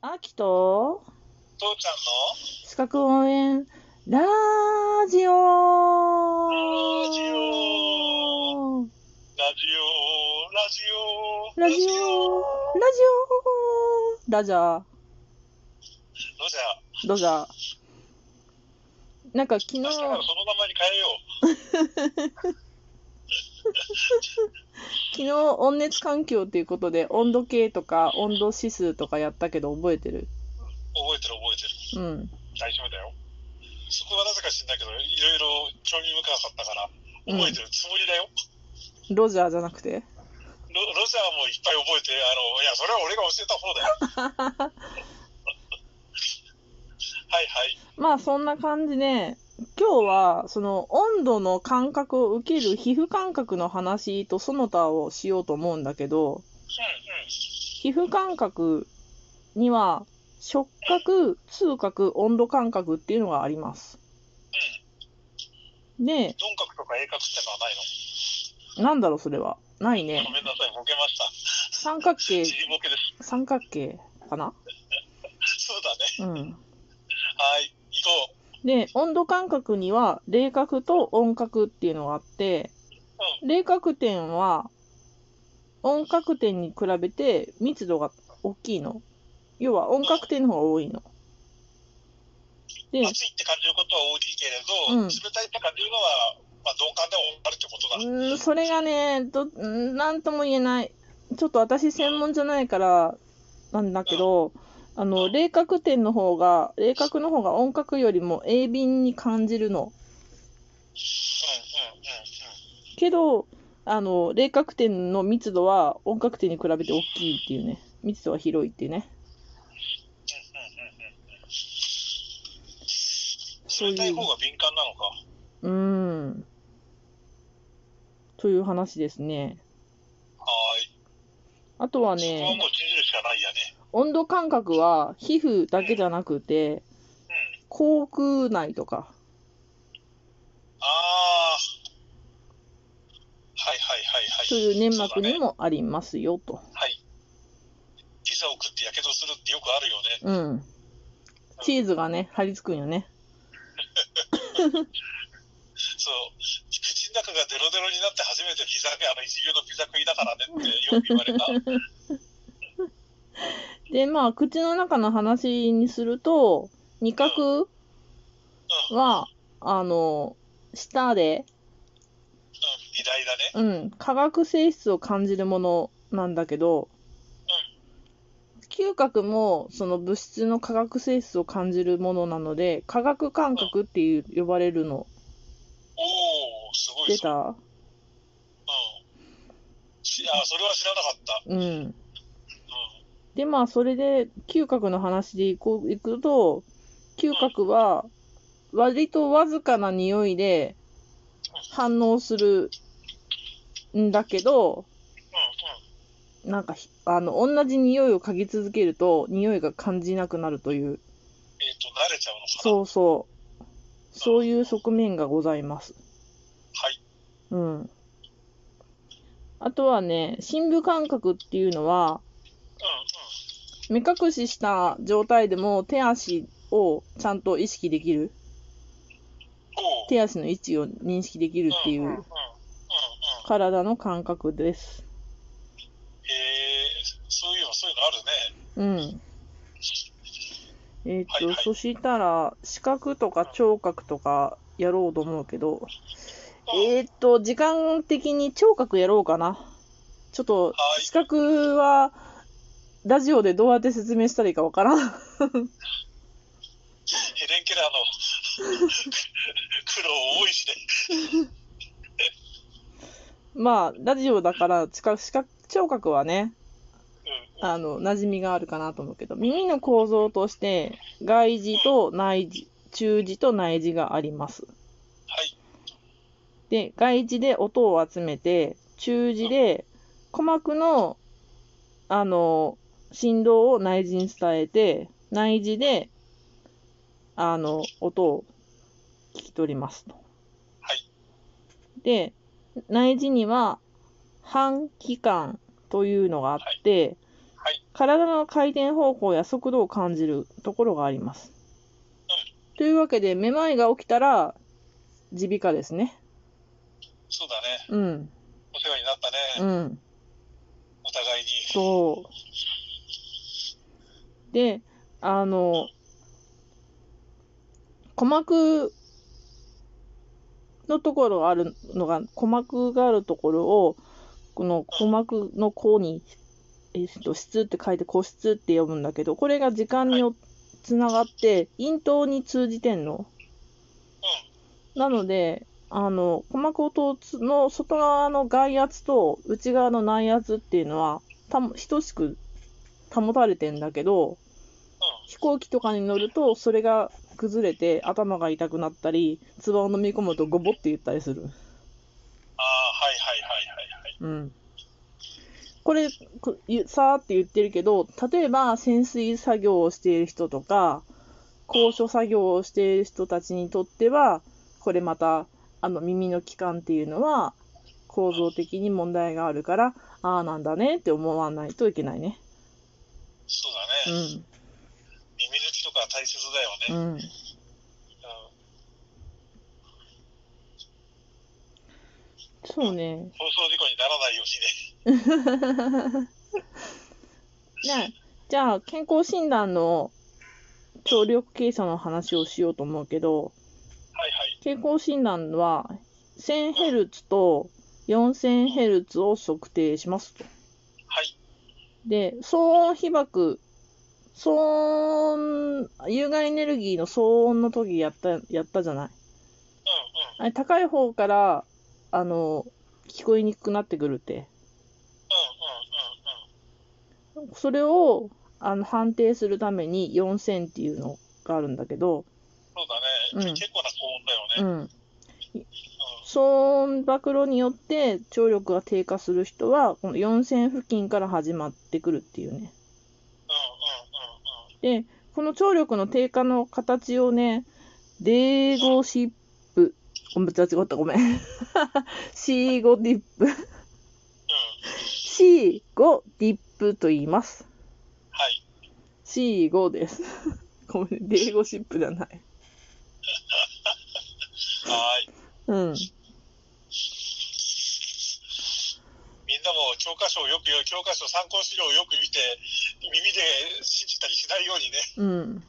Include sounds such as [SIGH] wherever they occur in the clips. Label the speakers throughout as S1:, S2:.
S1: 秋と
S2: 父ちゃん
S1: 資格応援ラジオ
S2: のラジオラジオラジ
S1: ラジオ
S2: オ
S1: ラジオラジャ
S2: どうじゃ
S1: ードジャーなんか昨日
S2: 明日からその名前に変えよう
S1: 昨日温熱環境っていうことで温度計とか温度指数とかやったけど覚えてる
S2: 覚えてる覚えてる
S1: うん
S2: 大丈夫だよそこはなぜか知んないけどいろいろ興味深かったから
S1: うん
S2: 覚えてるつもりだよ、
S1: ロジャーじゃなくて
S2: ロロジャーもいっぱい覚えてあのいやそれは俺が教えた方だよ
S1: [LAUGHS]
S2: はいはい
S1: まあそんな感じで、今日はその温度の感覚を受ける皮膚感覚の話とその他をしようと思うんだけど、
S2: うんうん
S1: 皮膚感覚には触覚、痛覚、温度感覚っていうのがあります。で、
S2: 鈍角とか鋭角ってのはないの
S1: なんだろうそれは。ないね
S2: ご。めんなさいボケました
S1: 三角形、
S2: ちりボケです
S1: 三角形かな
S2: そうだ
S1: うん。
S2: ねはい行こう
S1: で、温度感覚には、冷覚と温覚っていうのがあって、冷覚点は、温覚点に比べて密度が大きいの。要は、温覚点の方が多いの。で、
S2: 熱いって感じることは大きいけれ
S1: う
S2: ど、
S1: ん
S2: 冷たいって感じるのは、まあ、鈍感でもあるってことだ。
S1: うーん、それがね、ど、うーんなんとも言えない。ちょっと私専門じゃないから、なんだけど、あの、冷覚点の方が、冷覚の方が温覚よりも鋭敏に感じるの。
S2: うんうんうんうん。
S1: けど、あの、冷角点の密度は温角点に比べて大きいっていうね。密度は広いっていうね。そういう
S2: 冷たい方が敏感なのか。
S1: うーん。という話ですね。
S2: はーい。
S1: あとは
S2: そこ
S1: ね、
S2: はもう信じるしかないやね。
S1: 温度感覚は皮膚だけじゃなくて、
S2: うん。
S1: 口腔内とか、
S2: ああ。はいはいはいはい。
S1: そういう粘膜
S2: そうだ
S1: に
S2: ね。
S1: もありますよと。
S2: はい。ピザを食って火傷するってよくあるよ
S1: う
S2: ね。
S1: ん。チーズがね、張り付くんよね。
S2: そう。口の中がデロデロになって初めてピザ、あの一流のピザ食いだからねってよく言わ
S1: [LAUGHS]
S2: れた。うん。
S1: で、まあ、口の中の話にすると、味覚は、あの、舌で、
S2: 偉大だね。
S1: うん、化学性質を感じるものなんだけど、嗅覚もその物質の化学性質を感じるものなので、化学感覚っていう呼ばれるの
S2: おお、すごい
S1: 出
S2: ぞ。
S1: た
S2: うん。しあ、それは知らなかった。
S1: うん。
S2: うん。
S1: で、まあ、それで嗅覚の話でいこういくと、嗅覚は割とわずかな匂いで反応するんだけど、
S2: う
S1: なんかひ、あの、同じ匂いを嗅ぎ続けると、匂いが感じなくなるという。
S2: ん。えっ、と、慣れちゃうのかな。
S1: そうそう。そういう側面がございます。
S2: はい。
S1: うん。あとはね、深部感覚っていうのは、
S2: うんうん。
S1: 目隠しした状態でも手足をちゃんと意識できる。
S2: おお。
S1: 手足の位置を認識できるってい
S2: うんうんうん。うんう。
S1: うん体の感覚です。
S2: えー、そういうの、そういうのあるね。
S1: うん。えーっと、
S2: はいはい
S1: そしたら、視覚とか聴覚とかやろうと思うけど、
S2: うん
S1: えーっと、時間的に聴覚やろうかな。ちょっと、
S2: はい
S1: 視覚は、ラジオでどうやって説明したらいいかわからん。 [LAUGHS]
S2: ヘレン・ケラーの [LAUGHS] 苦労多いしね。
S1: まあ、ラジオだから、視覚、視覚聴覚はね、
S2: うん。
S1: あの、馴染みがあるかなと思うけど、耳の構造として、外耳と内耳、中耳と内耳があります。
S2: はい。
S1: で、外耳で音を集めて、中耳で鼓膜の、あの、振動を内耳に伝えて、内耳で、あの、音を聞き取りますと。
S2: はい
S1: で、内耳には、半気管というのがあって、
S2: はい
S1: 体の回転方向や速度を感じるところがあります。というわけで、めまいが起きたら、耳鼻科ですね。
S2: そうだね。
S1: うん、
S2: お世話になった
S1: う
S2: ね。
S1: ん、
S2: お互いに。
S1: そう。で、あの、鼓膜のところがあるのが、鼓膜があるところを、この鼓膜の孔に、えっと、室って書いて、個室って読むんだけど、これが時間によつながって、咽頭に通じてんの。なので、あの、鼓膜を通すの外側の外圧と内側の内圧っていうのは、たも等しく保たれてんだけど、飛行機とかに乗ると、それが崩れて頭が痛くなったり、唾を飲み込むとゴボって言ったりする。
S2: ああ、はいはいはいはいはい。
S1: うん。これ、こゆさーって言ってるけど、例えば潜水作業をしている人とか、高所作業をしている人たちにとっては、これまた、あの耳の器官っていうのは、構造的に問題があるから、ああなんだねって思わないといけないね。
S2: そう
S1: う
S2: だね。
S1: ん。
S2: 耳抜きとか大切だよね。
S1: うん。
S2: うん
S1: そうね。
S2: 放送事故にならないようにね。
S1: ね、じゃあ、健康診断の聴力検査の話をしようと思うけど、
S2: はいはい。
S1: 健康診断は 1000Hz と 4000Hz を測定しますと。
S2: はい。
S1: で、騒音被曝、騒音、有害エネルギーの騒音の時やった、やったじゃない。
S2: うんうん。
S1: あれ、高い方から、あの、聞こえにくくなってくるって。
S2: う
S1: それを、あの、判定するために4000っていうのがあるんだけど、
S2: んうんうん。そうだね。
S1: うん
S2: 結構な高音だよ
S1: う
S2: ね。うん。
S1: ん。騒音暴露によって聴力が低下する人は、この4000付近から始まってくるっていうね。
S2: う
S1: で、この聴力の低下の形をね、デーゴシップ、ごめん、間違った、ごめん。 [LAUGHS] シーゴディップ、
S2: んうんうん。うん。
S1: シーゴディップと言います。
S2: はい。
S1: シーゴです。ごめん、デーゴシップじゃない。
S2: は
S1: う
S2: ーい。
S1: ん。
S2: みんなも教科書をよくよ、教科書、参考資料をよく見て、耳で信じたりしないようにね。
S1: うん。
S2: うん。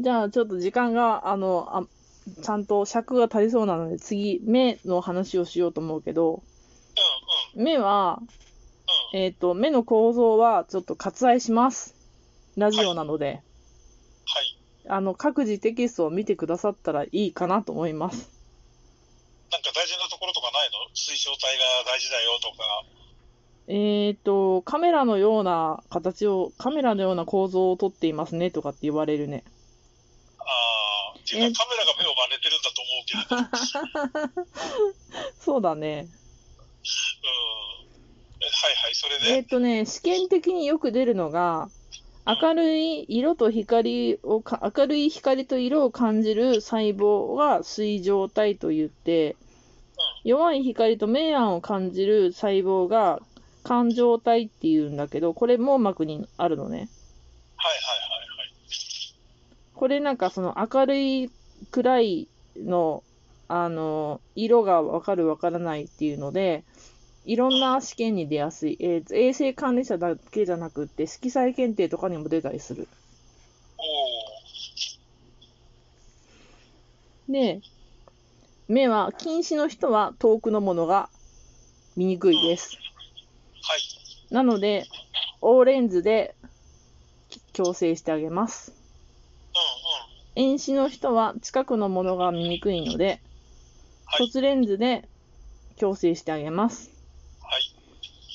S1: じゃあ、ちょっと時間が、あの、あちゃんと尺が足りそうなので、次、目の話をしようと思うけど、
S2: うんうん。
S1: 目は、
S2: うん。
S1: えっ、と、目の構造はちょっと割愛します。ラジオなので。
S2: はい。
S1: あの、各自テキストを見てくださったらいいかなと思います。
S2: なんか大事なところとかないの水晶体が大事だよとか。
S1: えっ、と、カメラのような形を、カメラのような構造をとっていますねとかって言われるね。
S2: ああ。っていうか、カメラが目を真似てるんだと思うけど。
S1: そうだね。
S2: うん。
S1: [LAUGHS]
S2: えはいはい。それで。
S1: えっ、とね、試験的によく出るのが、明るい色と光をか、明るい光と色を感じる細胞が水状体と言って、弱い光と明暗を感じる細胞が感情体っていうんだけど、これ網膜にあるのね。
S2: はいはいはいはい。
S1: これなんかその明るい暗いの、あの、色がわかるわからないっていうので、いろんな試験に出やすい。えー衛生管理者だけじゃなくって、色彩検定とかにも出たりする。
S2: おお。
S1: で、目は、近視の人は遠くのものが見にくいです。
S2: はい。
S1: なので、オーレンズで矯正してあげます。
S2: うんうん。
S1: 遠視の人は近くのものが見にくいので、
S2: はい
S1: 凸レンズで矯正してあげます。
S2: はい。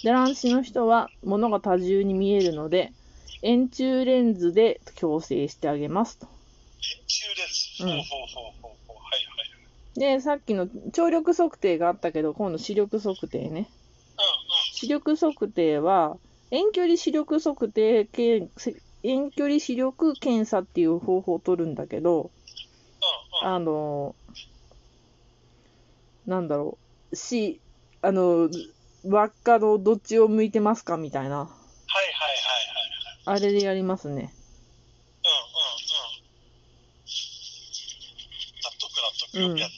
S1: で、乱視の人は物が多重に見えるので、円柱レンズで矯正してあげますと。
S2: 円柱レンズ。
S1: うん
S2: ほうほうほうほうほう。はいはい。うんうん。
S1: で、さっきの聴力測定があったけど、今度視力測定ね。視力測定は、遠距離視力測定検、遠距離視力検査っていう方法を取るんだけど、
S2: うんうん。
S1: あの、なんだろう、し、あの、輪っかのどっちを向いてますかみたいな。
S2: はいはいはいはい。
S1: あれでやりますね。
S2: うんうんうん。納得納得よくやっ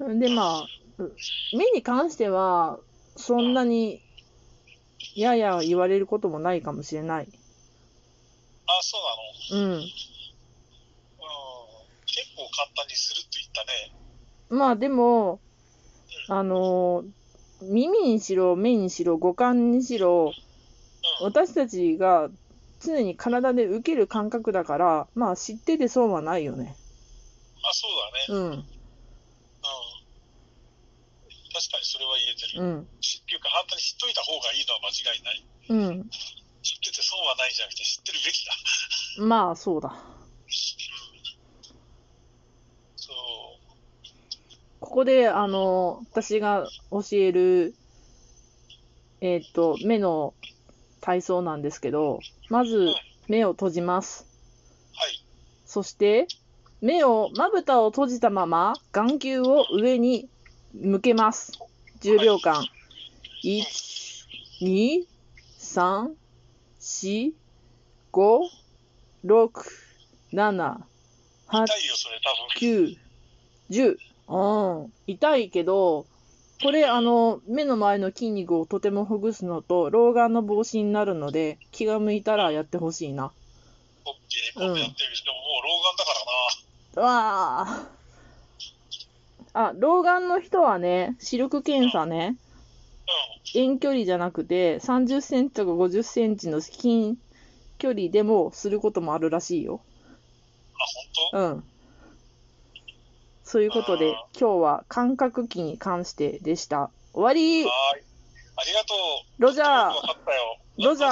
S2: てる。
S1: で、まあ、う目に関しては、そんなに、やや言われることもないかもしれない。
S2: あ、そうな
S1: う
S2: の
S1: ん。
S2: うん。結構簡単にするって言ったね。
S1: まあでも、あのー耳にしろ、目にしろ、五感にしろ、
S2: うん。うん。
S1: 私たちが常に体で受ける感覚だから、まあ知ってて損はないよね。
S2: あ、そうだね。
S1: うん、
S2: うん。確かにそれは言えて
S1: う
S2: る。
S1: ん、
S2: しっていうか、簡単に知っといた方がいいのは間違いない。
S1: うん。
S2: 知ってて損はないじゃなくて、知ってるべきだ。
S1: まあそうだ。
S2: そう。
S1: ここで、あのー私が教える、えっ、と、目の体操なんですけど、まず目を閉じます。
S2: はい。
S1: そして、目を、まぶたを閉じたまま、眼球を上に向けます。10秒間。1、2、3、4、5、6、7、8
S2: 痛、いよ、それ、多分。
S1: 9、10。うん。痛いけど、これ、あの、目の前の筋肉をとてもほぐすのと、老眼の防止になるので、気が向いたらやってほしいな。
S2: オッケー、今度やってみる。でももう老眼だからな。
S1: うわあ。あ、老眼の人はね、視力検査ね、
S2: うん。
S1: 遠距離じゃなくて、30センチとか50センチの近距離でもすることもあるらしいよ。
S2: あ、本当
S1: うん。そういうことで、今日は感覚器に関してでした。終わり
S2: はーい。ありがとう。
S1: ロジャー
S2: よくわかったよ
S1: ロジャー